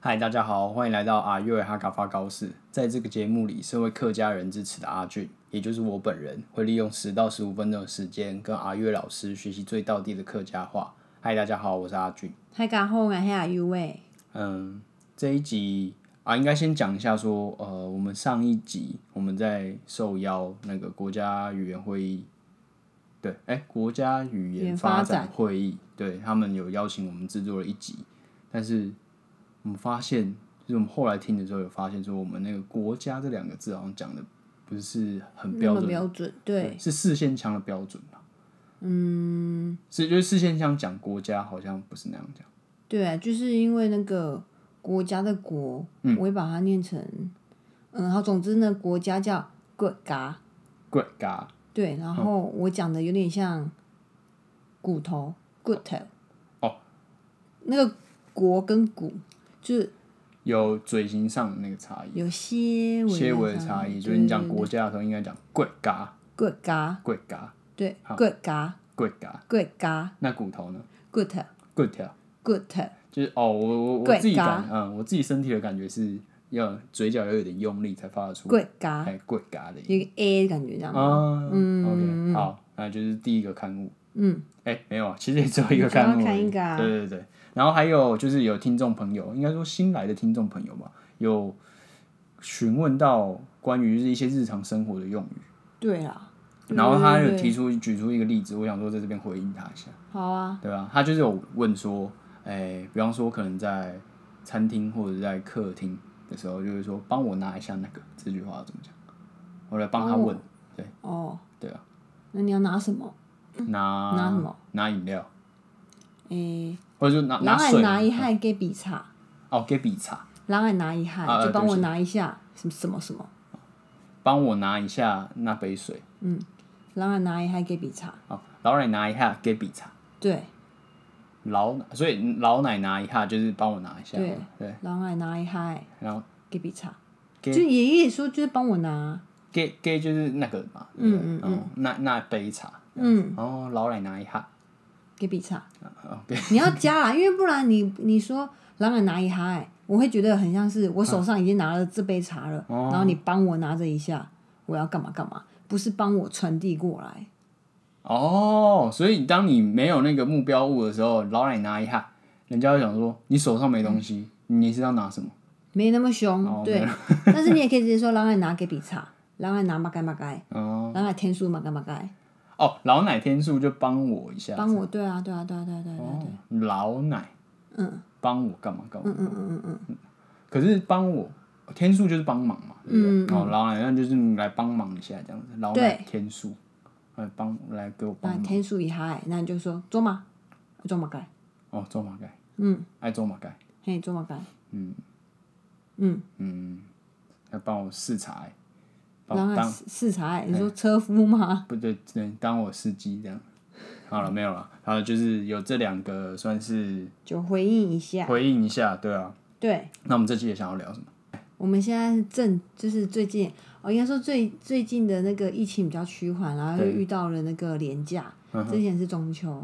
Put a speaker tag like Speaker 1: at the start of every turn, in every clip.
Speaker 1: 嗨，大家好，欢迎来到阿月哈嘎发高士。在这个节目里，身为客家人支持的阿俊，也就是我本人，会利用十到十五分钟的时间，跟阿月老师学习最道地的客家话。嗨，大家好，我是阿俊。
Speaker 2: 大家好，我是阿 U 喂。
Speaker 1: 嗯，这一集啊，应该先讲一下说，呃，我们上一集我们在受邀那个国家语言会议，对，哎、国家语言
Speaker 2: 言
Speaker 1: 发
Speaker 2: 发
Speaker 1: 展会议，对他们有邀请我们制作了一集，但是我们发现，就是我们后来听的时候有发现说，我们那个国家这两个字好像讲的不是很标
Speaker 2: 那么
Speaker 1: 准，
Speaker 2: 标准，对，
Speaker 1: 是四线腔的标准啊。嗯，是就是四线腔讲国家好像不是那样讲，
Speaker 2: 对啊，就是因为那个国家的国，我会把它念成，嗯，好，总之呢，国家叫国嘎，
Speaker 1: 国家。
Speaker 2: 对，然后我讲的有点像骨头骨头，
Speaker 1: 哦，
Speaker 2: 那个国跟骨就是
Speaker 1: 有嘴型上的那个差异，
Speaker 2: 有些微
Speaker 1: 啊些微的啊差异，就是你讲国家的时候，应该讲贵嘎
Speaker 2: 国嘎，
Speaker 1: 贵嘎
Speaker 2: 对，国嘎
Speaker 1: 贵嘎。
Speaker 2: 国嘎
Speaker 1: 那骨头呢？
Speaker 2: 骨头
Speaker 1: 骨头
Speaker 2: 骨头，
Speaker 1: 就是哦，我我我
Speaker 2: 贵嘎
Speaker 1: 自己感，嗯，我自己身体的感觉是要嘴角要有点用力才发得出，
Speaker 2: 国嘎
Speaker 1: 哎，贵嘎的音
Speaker 2: 有一个 A 的感觉这样，
Speaker 1: 啊。OK，好，那就是第一个刊物。
Speaker 2: 嗯，
Speaker 1: 哎、没有啊，其实也只有一个刊物而
Speaker 2: 你刚刚看
Speaker 1: 已。
Speaker 2: 一个啊
Speaker 1: 对对对，然后还有就是有听众朋友，应该说新来的听众朋友吧，有询问到关于一些日常生活的用语。
Speaker 2: 对啦。
Speaker 1: 然后他有
Speaker 2: 哦对
Speaker 1: 提出举出一个例子，我想说在这边回应他一下，
Speaker 2: 好啊，
Speaker 1: 对吧、他就是有问说，哎、比方说可能在餐厅或者在客厅的时候，就是说帮我拿一下那个这句话怎么讲？我来帮他问，
Speaker 2: 哦，
Speaker 1: 对啊，
Speaker 2: 那你要拿什么？
Speaker 1: 拿
Speaker 2: 拿什么？
Speaker 1: 拿饮料，
Speaker 2: 诶、
Speaker 1: 或者就拿
Speaker 2: 然
Speaker 1: 啊拿
Speaker 2: 后还
Speaker 1: 水
Speaker 2: 拿一汉给比茶，
Speaker 1: 哦，给笔茶，
Speaker 2: 然后还拿一汉，
Speaker 1: 啊啊
Speaker 2: 就帮
Speaker 1: 对不
Speaker 2: 我
Speaker 1: 起
Speaker 2: 拿一下什么什么什么，
Speaker 1: 帮我拿一下那杯水，
Speaker 2: 然后还拿一汉给比茶，
Speaker 1: 好，老奶拿一下给笔茶，
Speaker 2: 对，
Speaker 1: 老奶所以老奶拿一下就是帮我拿一下，
Speaker 2: 对
Speaker 1: 对，
Speaker 2: 然后还拿一汉
Speaker 1: 然后
Speaker 2: 给比茶，
Speaker 1: 给
Speaker 2: 就爷爷说就是帮我拿，
Speaker 1: 给给就是那个嘛，
Speaker 2: 嗯
Speaker 1: 嗯嗯，那那杯茶，
Speaker 2: 嗯，
Speaker 1: 然后老奶拿一下，
Speaker 2: 给比茶，
Speaker 1: 啊，OK，
Speaker 2: 你要加啦，因为不然你你说然后还拿一汉，我会觉得很像是我手上已经拿了这杯茶了，
Speaker 1: 啊哦
Speaker 2: 然后你帮我拿着一下，我要干嘛干嘛，不是帮我传递过来，
Speaker 1: 哦，所以当你没有那个目标物的时候，老奶拿一下，人家会想说你手上没东西，你是要拿什么？
Speaker 2: 没那么凶，
Speaker 1: 哦没
Speaker 2: 对。 但是你也可以直接说，然后拿给比查，然后拿马盖马盖，
Speaker 1: 哦
Speaker 2: 然后天数马盖马盖，
Speaker 1: 哦，老奶天数就帮我一下，
Speaker 2: 帮我，对啊，对啊，对啊，对啊，对啊，对啊
Speaker 1: 哦，老奶
Speaker 2: 嗯
Speaker 1: 帮我干嘛干嘛？
Speaker 2: 嗯嗯嗯嗯嗯，
Speaker 1: 可是帮我天数就是帮忙嘛，对不
Speaker 2: 嗯
Speaker 1: 对？哦，老奶那就是你来帮忙一下这样子，老奶
Speaker 2: 对
Speaker 1: 天数来帮来给我帮
Speaker 2: 那
Speaker 1: 忙
Speaker 2: 天数以下，那你就说做嘛，做马盖，
Speaker 1: 哦，做马盖，
Speaker 2: 嗯，
Speaker 1: 爱做马盖。
Speaker 2: 嘿，做马盖，
Speaker 1: 嗯
Speaker 2: 嗯，
Speaker 1: 嗯，要帮我视察欸，帮
Speaker 2: 然
Speaker 1: 我
Speaker 2: 后
Speaker 1: 当哎
Speaker 2: 视视察，你说车夫吗？
Speaker 1: 不对，只能当我司机这样。好了，没有了。好了，就是有这两个算是
Speaker 2: 就回应一下，
Speaker 1: 回应一下，对啊。
Speaker 2: 对，
Speaker 1: 那我们这期也想要聊什么？
Speaker 2: 我们现在是正就是最近，哦，应该说最最近的那个疫情比较趋缓，然后又
Speaker 1: 对
Speaker 2: 遇到了那个廉价，之前是中秋，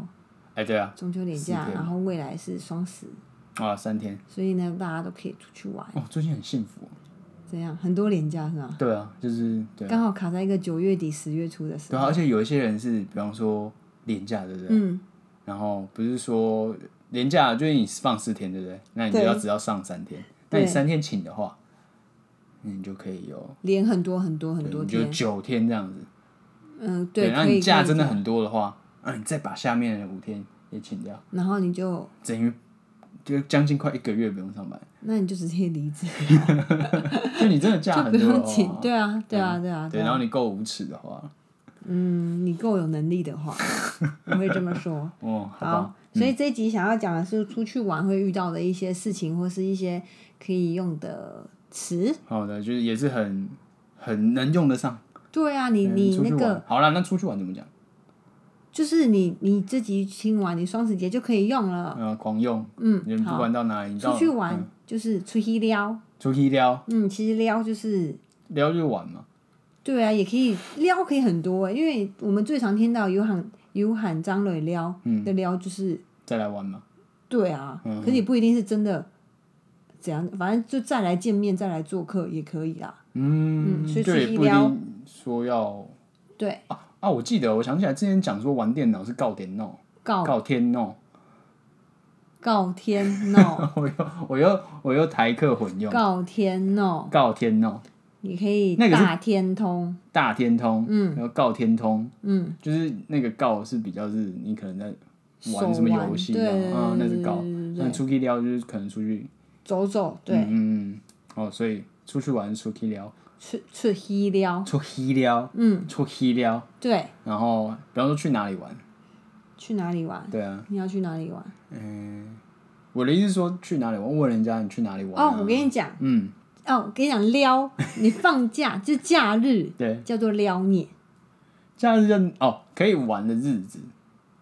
Speaker 1: 哎、对啊，
Speaker 2: 中秋廉
Speaker 1: 四
Speaker 2: 价，
Speaker 1: 天
Speaker 2: 然后未来是双十，
Speaker 1: 啊，三天
Speaker 2: 所以呢，大家都可以出去玩。
Speaker 1: 哦，最近很幸福。
Speaker 2: 怎样？很多廉价是吧？
Speaker 1: 对啊，就是对啊，
Speaker 2: 刚好卡在一个九月底十月初的时
Speaker 1: 对
Speaker 2: 候。
Speaker 1: 啊，而且有一些人是，比方说廉价，对不对？
Speaker 2: 嗯，
Speaker 1: 然后不是说廉价，就是你放四天，对不对？那你就
Speaker 2: 对
Speaker 1: 要只要上三天。那你
Speaker 2: 对
Speaker 1: 三天请的话，你就可以有
Speaker 2: 连很多很多很
Speaker 1: 啊对
Speaker 2: 多
Speaker 1: 你就
Speaker 2: 天。
Speaker 1: 九天这样子。
Speaker 2: 嗯，
Speaker 1: 对，那
Speaker 2: 可
Speaker 1: 你
Speaker 2: 以。
Speaker 1: 假
Speaker 2: 可以
Speaker 1: 真的
Speaker 2: 这样。
Speaker 1: 很多的话，那你再把下面的五天也请掉，
Speaker 2: 然后你就，
Speaker 1: 等于就将近快一个月不用上班。
Speaker 2: 那你就直接 离职，
Speaker 1: 就你真的假
Speaker 2: 就
Speaker 1: 很
Speaker 2: 不
Speaker 1: 多的
Speaker 2: 用
Speaker 1: 话，
Speaker 2: 请。对啊，对啊，对啊，
Speaker 1: 对，
Speaker 2: 啊
Speaker 1: 然后你够无耻的话，
Speaker 2: 嗯，你够有能力的 话，我会这么说。
Speaker 1: 哦，好吧
Speaker 2: 好，，所以这一集想要讲的是出去玩会遇到的一些事情，或是一些可以用的词。
Speaker 1: 好的，就是也是很很能用得上。
Speaker 2: 对啊，你
Speaker 1: 嗯
Speaker 2: 你
Speaker 1: 出去
Speaker 2: 那
Speaker 1: 玩
Speaker 2: 个
Speaker 1: 好啦，那出去玩怎么讲？
Speaker 2: 就是你你自己听完，你双十节就可以用了。
Speaker 1: 呃，狂用，
Speaker 2: 嗯
Speaker 1: 你不
Speaker 2: 好
Speaker 1: 管到哪里，你嗯到
Speaker 2: 出去玩就是出去撩，
Speaker 1: 出去撩
Speaker 2: 嗯，其实撩就是，
Speaker 1: 撩就玩嘛，
Speaker 2: 对啊，也可以撩可以很多、欸，因为我们最常听到有喊有喊张磊撩的撩就是，
Speaker 1: 再来玩嘛。
Speaker 2: 对啊，
Speaker 1: 嗯
Speaker 2: 可是也不一定是真的怎样，反正就再来见面，再来做客也可以啦。
Speaker 1: 嗯，
Speaker 2: 嗯所以
Speaker 1: 就
Speaker 2: 去
Speaker 1: 也
Speaker 2: 医
Speaker 1: 不一
Speaker 2: 疗
Speaker 1: 定说要
Speaker 2: 对，
Speaker 1: 啊啊！我记得，我想起来之前讲说玩电脑是告点闹，
Speaker 2: 告
Speaker 1: 告天哦闹，
Speaker 2: 告 天 no，
Speaker 1: 我又我又我又台客混用，
Speaker 2: 告天 no，
Speaker 1: 告天闹，
Speaker 2: 你可以
Speaker 1: 那个是
Speaker 2: 大天通，
Speaker 1: 大天通，
Speaker 2: 嗯
Speaker 1: 然后告天通，
Speaker 2: 嗯，
Speaker 1: 就是那个告是比较是你可能在
Speaker 2: 手
Speaker 1: 玩什么游戏
Speaker 2: 对
Speaker 1: 啊，
Speaker 2: 对
Speaker 1: 啊，那是告
Speaker 2: 对，对对
Speaker 1: 那出去撩就是可能出去，
Speaker 2: 走走，
Speaker 1: 嗯
Speaker 2: 对，
Speaker 1: 嗯嗯，哦，所以出去玩出去撩，
Speaker 2: 去去医疗，
Speaker 1: 出去撩，
Speaker 2: 嗯，
Speaker 1: 出去撩，
Speaker 2: 对，
Speaker 1: 然后比方说去哪里玩，
Speaker 2: 去哪里玩？
Speaker 1: 对啊，
Speaker 2: 你要去哪里玩？
Speaker 1: 我的意思是说去哪里玩，问人家你去哪里玩啊
Speaker 2: 哦，我跟你讲，
Speaker 1: 嗯，
Speaker 2: 哦，我跟你讲，撩， 你放假就假日
Speaker 1: 对，
Speaker 2: 叫做撩你，
Speaker 1: 假日就哦可以玩的日子，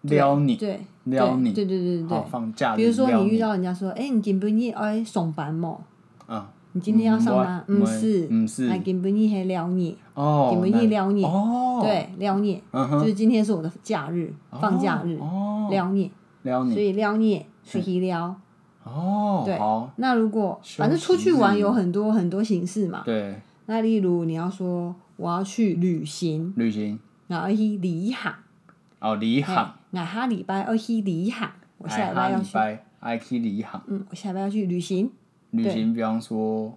Speaker 1: 撩你，
Speaker 2: 对，
Speaker 1: 撩
Speaker 2: 对
Speaker 1: 你
Speaker 2: 对对对对
Speaker 1: 好放假
Speaker 2: 对，
Speaker 1: 日，
Speaker 2: 比如说
Speaker 1: 撩
Speaker 2: 你遇到人家说，哎，你今本你哎上班么？
Speaker 1: 啊，
Speaker 2: 你今天要上班？
Speaker 1: 嗯
Speaker 2: 不
Speaker 1: 我
Speaker 2: 是，
Speaker 1: 嗯是
Speaker 2: 哎，今本你还撩你，
Speaker 1: 哦，
Speaker 2: 今本你撩你
Speaker 1: 那，哦，，
Speaker 2: 对，撩你，
Speaker 1: 嗯
Speaker 2: 就
Speaker 1: 哼，
Speaker 2: 是今天是我的假日，放假日，
Speaker 1: 哦，
Speaker 2: 撩你，
Speaker 1: 撩
Speaker 2: 所
Speaker 1: 你，
Speaker 2: 以撩你，去医撩。
Speaker 1: 哦，
Speaker 2: 对
Speaker 1: 好，
Speaker 2: 那如果
Speaker 1: 休息
Speaker 2: 反正出去玩
Speaker 1: 日
Speaker 2: 有很多很多形式嘛，
Speaker 1: 对，
Speaker 2: 那例如你要说我要去旅行，
Speaker 1: 旅行，
Speaker 2: 然后去旅行，
Speaker 1: 哦，离
Speaker 2: 哎
Speaker 1: 行，，
Speaker 2: 那下礼拜要去旅行，我下
Speaker 1: 哎哈
Speaker 2: 礼拜要
Speaker 1: 礼
Speaker 2: 去，
Speaker 1: 拜，爱去离行，
Speaker 2: 嗯，我下礼拜要去旅行，
Speaker 1: 旅
Speaker 2: 对
Speaker 1: 行，比方说，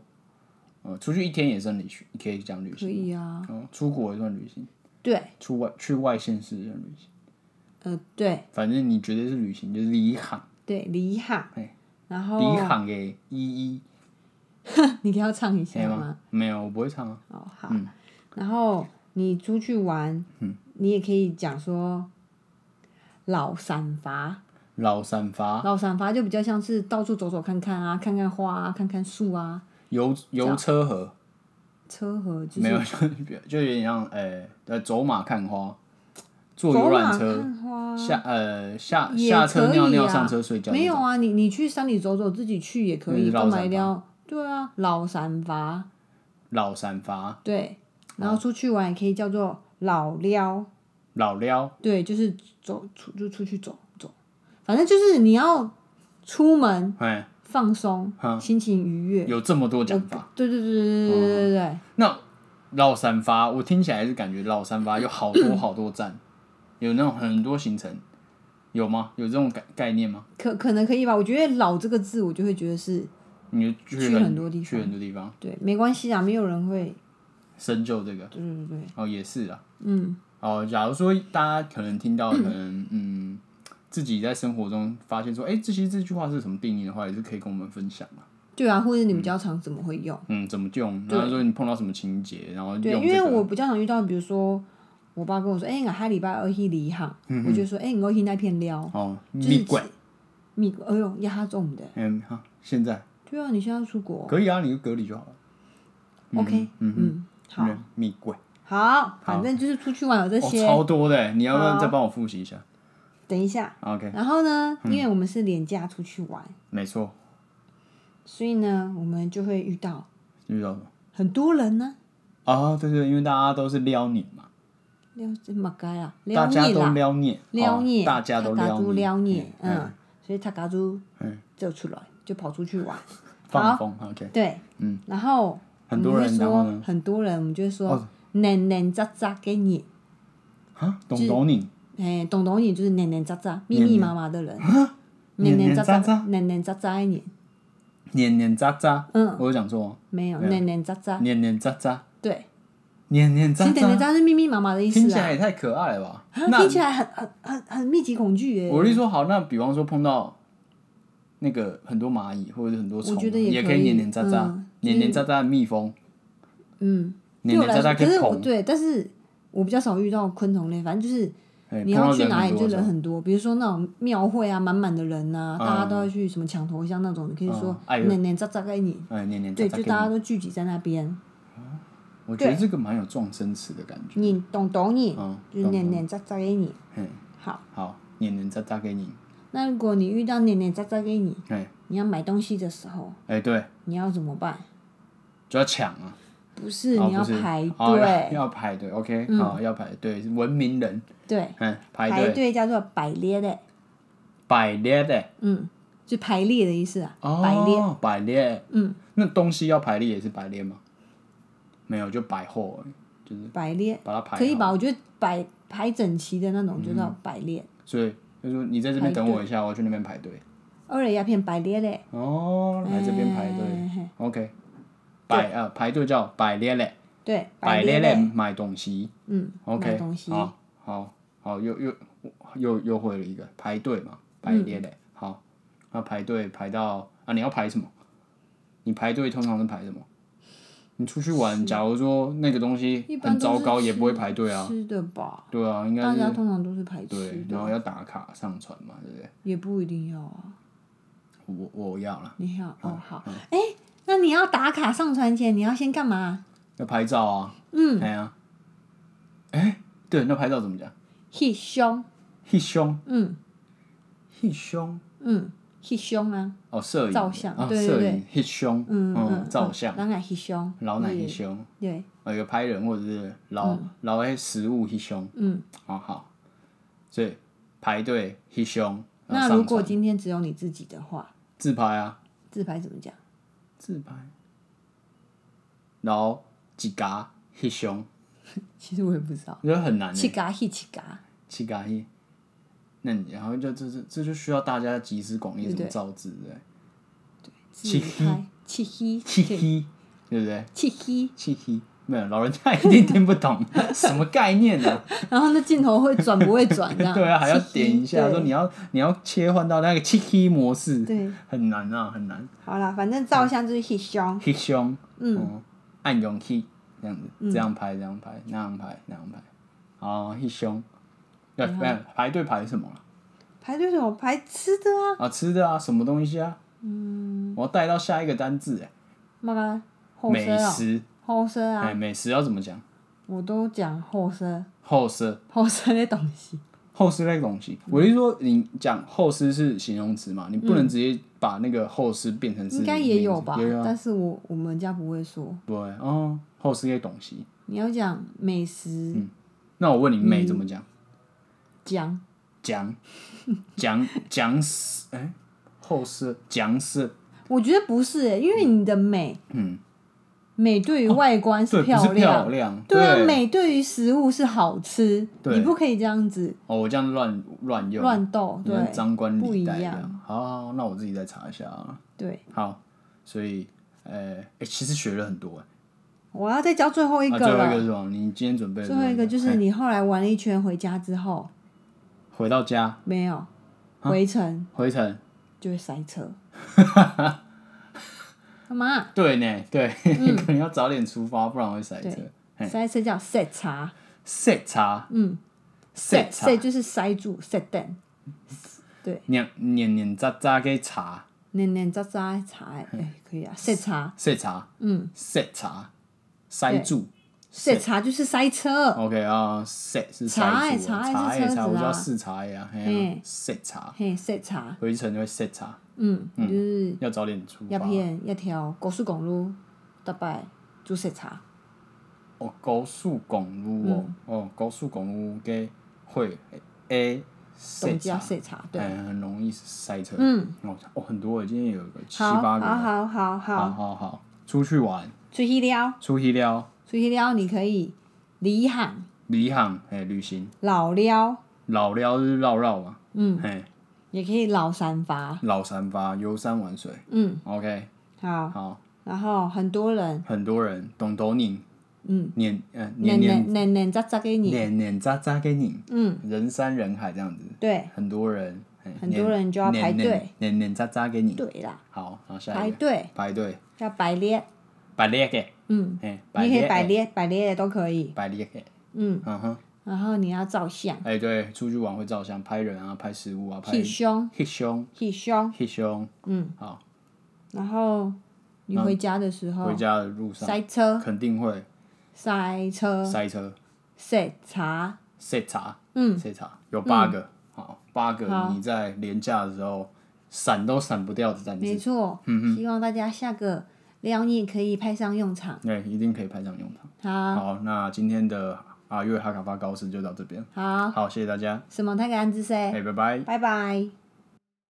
Speaker 1: 呃，出去一天也算旅行，你可以讲旅
Speaker 2: 可
Speaker 1: 行，
Speaker 2: 以啊，
Speaker 1: 哦，出国也算旅行，
Speaker 2: 对，
Speaker 1: 出外去外县市也算旅行，
Speaker 2: 呃，对
Speaker 1: 反正你绝对是旅行，就是离行，
Speaker 2: 对，旅行
Speaker 1: 哎，
Speaker 2: 然后
Speaker 1: 离行给一一，
Speaker 2: 你要唱一
Speaker 1: 可以
Speaker 2: 下吗？
Speaker 1: 哎吗？没有，我不会唱啊，
Speaker 2: 哦，好。然后你出去玩，
Speaker 1: 嗯
Speaker 2: 你也可以讲说老散伐，
Speaker 1: 老散发，
Speaker 2: 老散伐就比较像是到处走走看看啊，看看花啊，看看树啊，
Speaker 1: 油油车河。
Speaker 2: 车河就
Speaker 1: 没有，
Speaker 2: 是
Speaker 1: 就就有点像呃呃走马看花，坐游
Speaker 2: 走马
Speaker 1: 览车
Speaker 2: 看花。
Speaker 1: 下呃下
Speaker 2: 也
Speaker 1: 下车
Speaker 2: 可以
Speaker 1: 尿尿，
Speaker 2: 啊
Speaker 1: 上车睡觉。
Speaker 2: 没有啊，你你去山里走走，自己去也可
Speaker 1: 那是
Speaker 2: 以，
Speaker 1: 老
Speaker 2: 干嘛
Speaker 1: 散
Speaker 2: 一定要？对啊，老散伐，
Speaker 1: 老散发
Speaker 2: 对。然后出去玩也可以叫做老撩，
Speaker 1: 老撩
Speaker 2: 对，就是走出就出去走走，反正就是你要出门，
Speaker 1: 哎，
Speaker 2: 放松，心情愉悦。
Speaker 1: 有这么多讲法。
Speaker 2: 对对对对对对对对，
Speaker 1: 那老散发，我听起来是感觉老散发有好多好多站，有那种很多行程，有吗？有这种概概念吗？
Speaker 2: 可可能可以吧。我觉得“老”这个字，我就会觉得是
Speaker 1: 你就
Speaker 2: 去很多地方
Speaker 1: 去很多地方
Speaker 2: 对，没关系啊，没有人会，
Speaker 1: 深究这个。
Speaker 2: 对对对，
Speaker 1: 哦，也是啦。
Speaker 2: 嗯，
Speaker 1: 哦，假如说大家可能听到，可能嗯，自己在生活中发现说，哎、这些这句话是什么定义的话，也是可以跟我们分享嘛。
Speaker 2: 对啊，或者你们比较常怎么会用？
Speaker 1: 嗯，怎么用？
Speaker 2: 对
Speaker 1: 然后说你碰到什么情节，然后用、
Speaker 2: 对，
Speaker 1: 这个、
Speaker 2: 因为我比较常遇到，比如说我爸跟我说：“哎、我下礼拜二去离行。
Speaker 1: 嗯
Speaker 2: 我就说：“哎、我去那片撩，
Speaker 1: 哦，
Speaker 2: 就是
Speaker 1: 你管，
Speaker 2: 你哎呦，压他重的。
Speaker 1: 嗯，好，现在”
Speaker 2: 对啊，你现在要出国
Speaker 1: 可以啊，你就隔离就好了。
Speaker 2: ，OK，嗯好
Speaker 1: 嗯，密柜
Speaker 2: 好，反正就是出去玩有这
Speaker 1: 哦，
Speaker 2: 些。
Speaker 1: 超多的，你要不要再帮我复习一下
Speaker 2: 等一下，
Speaker 1: ？OK，嗯
Speaker 2: 然后呢，因为我们是廉价出去玩，
Speaker 1: 没错，
Speaker 2: 所以呢，我们就会遇到
Speaker 1: 遇到什么？
Speaker 2: 很多人呢、
Speaker 1: 哦，对对，因为大家都是撩你嘛，
Speaker 2: 撩马该啦，
Speaker 1: 大
Speaker 2: 撩
Speaker 1: 家
Speaker 2: 你
Speaker 1: 都
Speaker 2: 啦，
Speaker 1: 撩你，
Speaker 2: 撩你，
Speaker 1: 哦，大家都
Speaker 2: 塔
Speaker 1: 撩
Speaker 2: 嘎猪
Speaker 1: 你，
Speaker 2: 撩你，
Speaker 1: 嗯
Speaker 2: 嗯，所以他嘎猪就出来，就跑出去玩，
Speaker 1: 放风，OK，
Speaker 2: 对，嗯，然后
Speaker 1: 很多人
Speaker 2: 我们会
Speaker 1: 然后哦
Speaker 2: 说很多人，我们就会说黏黏喳喳给你，
Speaker 1: 啊，懂懂你。
Speaker 2: 哎，懂懂你就是黏黏喳喳，密密麻麻的人，黏黏
Speaker 1: 黏啊黏
Speaker 2: 喳，黏黏喳喳的你，
Speaker 1: 黏黏渣渣，
Speaker 2: 嗯，
Speaker 1: 我有讲错吗？
Speaker 2: 没有黏黏喳喳，
Speaker 1: 黏黏渣渣，
Speaker 2: 对，
Speaker 1: 黏黏
Speaker 2: 其
Speaker 1: 渣
Speaker 2: 实黏黏
Speaker 1: 渣，
Speaker 2: 喳喳是密密麻麻的意
Speaker 1: 听
Speaker 2: 思
Speaker 1: 起
Speaker 2: 啊，
Speaker 1: 来也太可爱了吧？
Speaker 2: 啊
Speaker 1: 那
Speaker 2: 听起来很很很很密集恐惧耶，
Speaker 1: 我是说好，那比方说碰到那个很多蚂蚁或者是很多虫，
Speaker 2: 我觉得也
Speaker 1: 也
Speaker 2: 可
Speaker 1: 以
Speaker 2: 以
Speaker 1: 黏黏渣渣
Speaker 2: 嗯，
Speaker 1: 黏黏渣渣的蜜蜂，
Speaker 2: 嗯。对
Speaker 1: 黏
Speaker 2: 我
Speaker 1: 黏
Speaker 2: 来
Speaker 1: 渣
Speaker 2: 说，
Speaker 1: 渣
Speaker 2: 可
Speaker 1: 以
Speaker 2: 是我
Speaker 1: 碰，
Speaker 2: 对，但是我比较少遇到昆虫类，反正就是
Speaker 1: 哎
Speaker 2: 你
Speaker 1: 碰
Speaker 2: 要
Speaker 1: 到
Speaker 2: 去
Speaker 1: 人
Speaker 2: 哪里
Speaker 1: 很
Speaker 2: 就
Speaker 1: 多的时
Speaker 2: 人
Speaker 1: 候
Speaker 2: 很多，比如说那种庙会啊，满满的人呐、
Speaker 1: 嗯
Speaker 2: 大家都要去什么抢头像那种，你可以说
Speaker 1: 嗯哎呦
Speaker 2: 奶奶喳喳给你，
Speaker 1: 哎，黏黏渣
Speaker 2: 对，
Speaker 1: 渣
Speaker 2: 就
Speaker 1: 给
Speaker 2: 大家
Speaker 1: 你。
Speaker 2: 都聚集在那边，
Speaker 1: 我觉得这个蛮有撞声词的感觉。
Speaker 2: 你懂懂你，
Speaker 1: 嗯
Speaker 2: 就是
Speaker 1: 懂
Speaker 2: 奶
Speaker 1: 懂
Speaker 2: 奶喳喳给你。
Speaker 1: 嘿，
Speaker 2: 好，
Speaker 1: 好，黏黏渣渣给你。
Speaker 2: 那如果你遇到奶奶喳喳给你，
Speaker 1: 哎
Speaker 2: 你要买东西的时候，
Speaker 1: 哎，对，
Speaker 2: 你要怎么办？
Speaker 1: 就要抢啊！
Speaker 2: 不是，
Speaker 1: 哦
Speaker 2: 你要
Speaker 1: 不是
Speaker 2: 排
Speaker 1: 哦要
Speaker 2: 队，嗯
Speaker 1: 要排队。OK，好，要排队，文明人，
Speaker 2: 对，
Speaker 1: 嗯，排
Speaker 2: 排
Speaker 1: 队，
Speaker 2: 队叫做摆列的，
Speaker 1: 摆列的。
Speaker 2: 嗯，就排列的意思啊，
Speaker 1: 哦，
Speaker 2: 排列。
Speaker 1: 百列，嗯，那东西要排列也是百列吗？没有，就摆后而已，就是
Speaker 2: 排列
Speaker 1: 把它排
Speaker 2: 可以
Speaker 1: 好
Speaker 2: 吧？我觉得摆排整齐的那种就叫排列。
Speaker 1: 所以就说你在这边等我一下，我要去那边排队。
Speaker 2: 二类鸦片排列嘞，
Speaker 1: 哦，来这边排队、o k 摆呃排队叫摆列嘞，
Speaker 2: 对，
Speaker 1: 摆
Speaker 2: 列
Speaker 1: 列嘞买东西。
Speaker 2: 嗯，买
Speaker 1: OK，
Speaker 2: 东西，
Speaker 1: 好，好，好，又又又又会了一个排队嘛，排列嘞。
Speaker 2: 嗯
Speaker 1: 好，那排队排到啊，你要排什么？你排队通常是排什么？你出去玩，假如说那个东西
Speaker 2: 一般
Speaker 1: 很
Speaker 2: 都
Speaker 1: 糟
Speaker 2: 是
Speaker 1: 糕，也不会
Speaker 2: 吃
Speaker 1: 排队啊。
Speaker 2: 吃的吧，
Speaker 1: 对啊，应该
Speaker 2: 大
Speaker 1: 是
Speaker 2: 家通常都是排吃
Speaker 1: 对，
Speaker 2: 的，
Speaker 1: 然后要打卡上传嘛，对不对？
Speaker 2: 也不一定要啊。
Speaker 1: 我我要了，
Speaker 2: 你要哦好，
Speaker 1: 嗯
Speaker 2: 哎，那你要打卡上传前，你要先干嘛
Speaker 1: 要拍照啊。嗯，哎呀、哎、对，那拍照怎么讲？
Speaker 2: ？hit 胸，
Speaker 1: 一胸
Speaker 2: 嗯
Speaker 1: 一胸
Speaker 2: 嗯，hit 胸啊，
Speaker 1: 哦，摄影
Speaker 2: 照相
Speaker 1: 啊，
Speaker 2: 对对
Speaker 1: 摄
Speaker 2: 对
Speaker 1: 影一胸，
Speaker 2: 嗯嗯，
Speaker 1: 照相，
Speaker 2: 当然 hit 胸，
Speaker 1: 老奶一胸，
Speaker 2: 对，
Speaker 1: 呃，有拍人或者是老老诶食物一胸，
Speaker 2: 嗯，
Speaker 1: 好好，所以排队一胸，然后
Speaker 2: 那
Speaker 1: 上
Speaker 2: 如果
Speaker 1: 传
Speaker 2: 今天只有你自己的话，
Speaker 1: 自拍啊，
Speaker 2: 自拍怎么讲？
Speaker 1: 自拍，然后几嘎一胸，
Speaker 2: 其实我也不知道，
Speaker 1: 我觉得很难欸
Speaker 2: 七
Speaker 1: 诶，
Speaker 2: 嘎 hit 七嘎。
Speaker 1: 七嘎一，那你然后就这这这就需要大家集思广益
Speaker 2: 对
Speaker 1: 怎么
Speaker 2: 对
Speaker 1: 造字对不对，
Speaker 2: 自拍，气 息，
Speaker 1: 嘻
Speaker 2: 对
Speaker 1: 嘻，对不对？
Speaker 2: 气息，
Speaker 1: 嘻嘻，没有老人家一定听不懂 什么概念呢、啊？
Speaker 2: 然后那镜头会转不会转这 样？
Speaker 1: 对啊，还要
Speaker 2: 嘻嘻
Speaker 1: 点一下，
Speaker 2: 嗯对
Speaker 1: 说你要你要切换到那个 Chiki 模式，
Speaker 2: 对，
Speaker 1: 很难啊，很难。
Speaker 2: 好啦，反正照相就是 hit 胸，
Speaker 1: Hit 胸，嗯，按用 Hit 这样子，
Speaker 2: 嗯
Speaker 1: 这样拍，这样拍，那样拍，那样拍。好，Hit 胸，对，
Speaker 2: 嗯
Speaker 1: 没有排队排什么了？
Speaker 2: 排队什么排吃的啊？
Speaker 1: 啊，吃的啊，什么东西啊？嗯，我要带到下一个单字，哎，
Speaker 2: 妈妈，后
Speaker 1: 美
Speaker 2: 生哦，
Speaker 1: 食，
Speaker 2: 后生啊，
Speaker 1: 哎，美食要怎么讲？
Speaker 2: 我都讲后生，
Speaker 1: 后色，
Speaker 2: 后生的东 西，
Speaker 1: 后事那个东
Speaker 2: 嗯
Speaker 1: 西，我是说，你讲后事是形容词嘛，你不能直接把那个后事变成是
Speaker 2: 应该
Speaker 1: 名
Speaker 2: 也有
Speaker 1: 字
Speaker 2: 吧
Speaker 1: 也有啊，
Speaker 2: 但是我我们家不会说，
Speaker 1: 对，哦，后事那个东西。
Speaker 2: 你要讲美食，
Speaker 1: 那我问你，美怎么讲？
Speaker 2: 讲
Speaker 1: 讲讲讲死，哎，后世讲死，
Speaker 2: 我觉得不是欸，因为你的美，
Speaker 1: 嗯，
Speaker 2: 美对于外观
Speaker 1: 对，
Speaker 2: 是
Speaker 1: 不是
Speaker 2: 漂亮
Speaker 1: 漂。亮，
Speaker 2: 对啊，美对于食物是好吃，
Speaker 1: 对
Speaker 2: 你不可以这样子
Speaker 1: 哦，我这样乱乱用，
Speaker 2: 乱斗，
Speaker 1: 你看
Speaker 2: 对
Speaker 1: 张冠
Speaker 2: 不
Speaker 1: 李
Speaker 2: 一
Speaker 1: 戴这
Speaker 2: 样
Speaker 1: 样。好好，好那我自己再查一下啊。
Speaker 2: 对。
Speaker 1: 好，所以，呃，哎，其实学了很多，哎，
Speaker 2: 我要再教最后一
Speaker 1: 啊，
Speaker 2: 个
Speaker 1: 最后一
Speaker 2: 了，
Speaker 1: 个是什么？你今天准备的
Speaker 2: 最后一个就是
Speaker 1: 哎
Speaker 2: 你后来玩了一圈回家之后
Speaker 1: 回到家
Speaker 2: 没有回程
Speaker 1: 回程，
Speaker 2: 就会塞 车。干嘛？
Speaker 1: 对呢，对，
Speaker 2: 嗯
Speaker 1: 可能要早点出发，不然会塞车。
Speaker 2: 塞车叫塞茶，
Speaker 1: 塞茶，
Speaker 2: 嗯，
Speaker 1: 塞茶
Speaker 2: 塞，就是塞住塞蛋，对，
Speaker 1: 黏黏黏渣渣给茶，
Speaker 2: 黏黏渣渣的茶，哎，可以啊，塞茶，
Speaker 1: 塞茶，
Speaker 2: 嗯，
Speaker 1: 塞茶，塞住。
Speaker 2: 塞茶就是塞车，
Speaker 1: OK 啊，塞是塞
Speaker 2: 茶欸
Speaker 1: 住啊
Speaker 2: 茶欸
Speaker 1: 茶
Speaker 2: 是
Speaker 1: 欸
Speaker 2: 车
Speaker 1: 茶，
Speaker 2: 子
Speaker 1: 我叫
Speaker 2: 啊
Speaker 1: 试茶呀，嘿啊
Speaker 2: 嘿，
Speaker 1: 塞茶，
Speaker 2: 嘿，塞茶，
Speaker 1: 回程就会塞茶，
Speaker 2: 嗯，就是
Speaker 1: 要早点出
Speaker 2: 要
Speaker 1: 发。
Speaker 2: 骗要条高速公路，大摆就塞茶，
Speaker 1: 哦，高速公路
Speaker 2: 嗯
Speaker 1: 哦，哦，高速公路给会诶塞
Speaker 2: 总之要
Speaker 1: 茶，
Speaker 2: 塞茶，对，
Speaker 1: 哎，很容易塞车。
Speaker 2: 嗯，
Speaker 1: 哦，哦，很多欸，今天有个七
Speaker 2: 好，啊
Speaker 1: 八个
Speaker 2: 好
Speaker 1: 人，
Speaker 2: 好好好
Speaker 1: 好。好好，出去玩，
Speaker 2: 出去了，
Speaker 1: 出去了，
Speaker 2: 出去了，你可以离行、
Speaker 1: 旅行，哎，旅行，
Speaker 2: 老了，
Speaker 1: 老了就是绕绕嘛，
Speaker 2: 嗯，
Speaker 1: 哎，
Speaker 2: 也可以老三发，
Speaker 1: 绕三八，游山玩水
Speaker 2: 嗯，
Speaker 1: ，OK，
Speaker 2: 好。
Speaker 1: 好。
Speaker 2: 然后很多人，
Speaker 1: 很多人懂懂你，
Speaker 2: 嗯，
Speaker 1: 年呃年
Speaker 2: 年
Speaker 1: 年
Speaker 2: 年年年扎扎给你，
Speaker 1: 年年扎扎给你，
Speaker 2: 嗯，
Speaker 1: 人山人海这样子，
Speaker 2: 对
Speaker 1: 很多人，哎嘿
Speaker 2: 很多人就要排，
Speaker 1: 黏
Speaker 2: 队
Speaker 1: 黏黏黏扎扎给你，
Speaker 2: 对啦，
Speaker 1: 好，然后下
Speaker 2: 排
Speaker 1: 一个
Speaker 2: 队
Speaker 1: 排队，
Speaker 2: 要排列，
Speaker 1: 排列给，
Speaker 2: 嗯，
Speaker 1: 哎，
Speaker 2: 你可以
Speaker 1: 排
Speaker 2: 排
Speaker 1: 列
Speaker 2: 列排列的都可以
Speaker 1: 给，，排列给，
Speaker 2: 嗯，
Speaker 1: 嗯哼，
Speaker 2: 然后你要照相，
Speaker 1: 哎对，出去玩会照相，拍人啊，拍食物啊，拍
Speaker 2: 气胸
Speaker 1: 黑胸
Speaker 2: 气胸，
Speaker 1: 黑胸，
Speaker 2: 嗯，
Speaker 1: 好，
Speaker 2: 然后你回家的时候
Speaker 1: 回家的路上
Speaker 2: 哦塞车
Speaker 1: 肯定会
Speaker 2: 塞车
Speaker 1: 塞车，
Speaker 2: 塞茶，
Speaker 1: 塞茶，
Speaker 2: 嗯，
Speaker 1: 塞茶有八个，好，八个
Speaker 2: 好
Speaker 1: 你在廉价的时候闪都闪不掉的单
Speaker 2: 没
Speaker 1: 词，
Speaker 2: 错，希望大家下个两年可以派上用场。
Speaker 1: 对，一定可以派上用场。
Speaker 2: 好，
Speaker 1: 好，那今天的啊阿月哈卡发高斯就到这边，
Speaker 2: 好，
Speaker 1: 好，谢谢大家，
Speaker 2: 什么？他给安知
Speaker 1: 哎、
Speaker 2: 谁？
Speaker 1: 拜拜。
Speaker 2: 拜拜。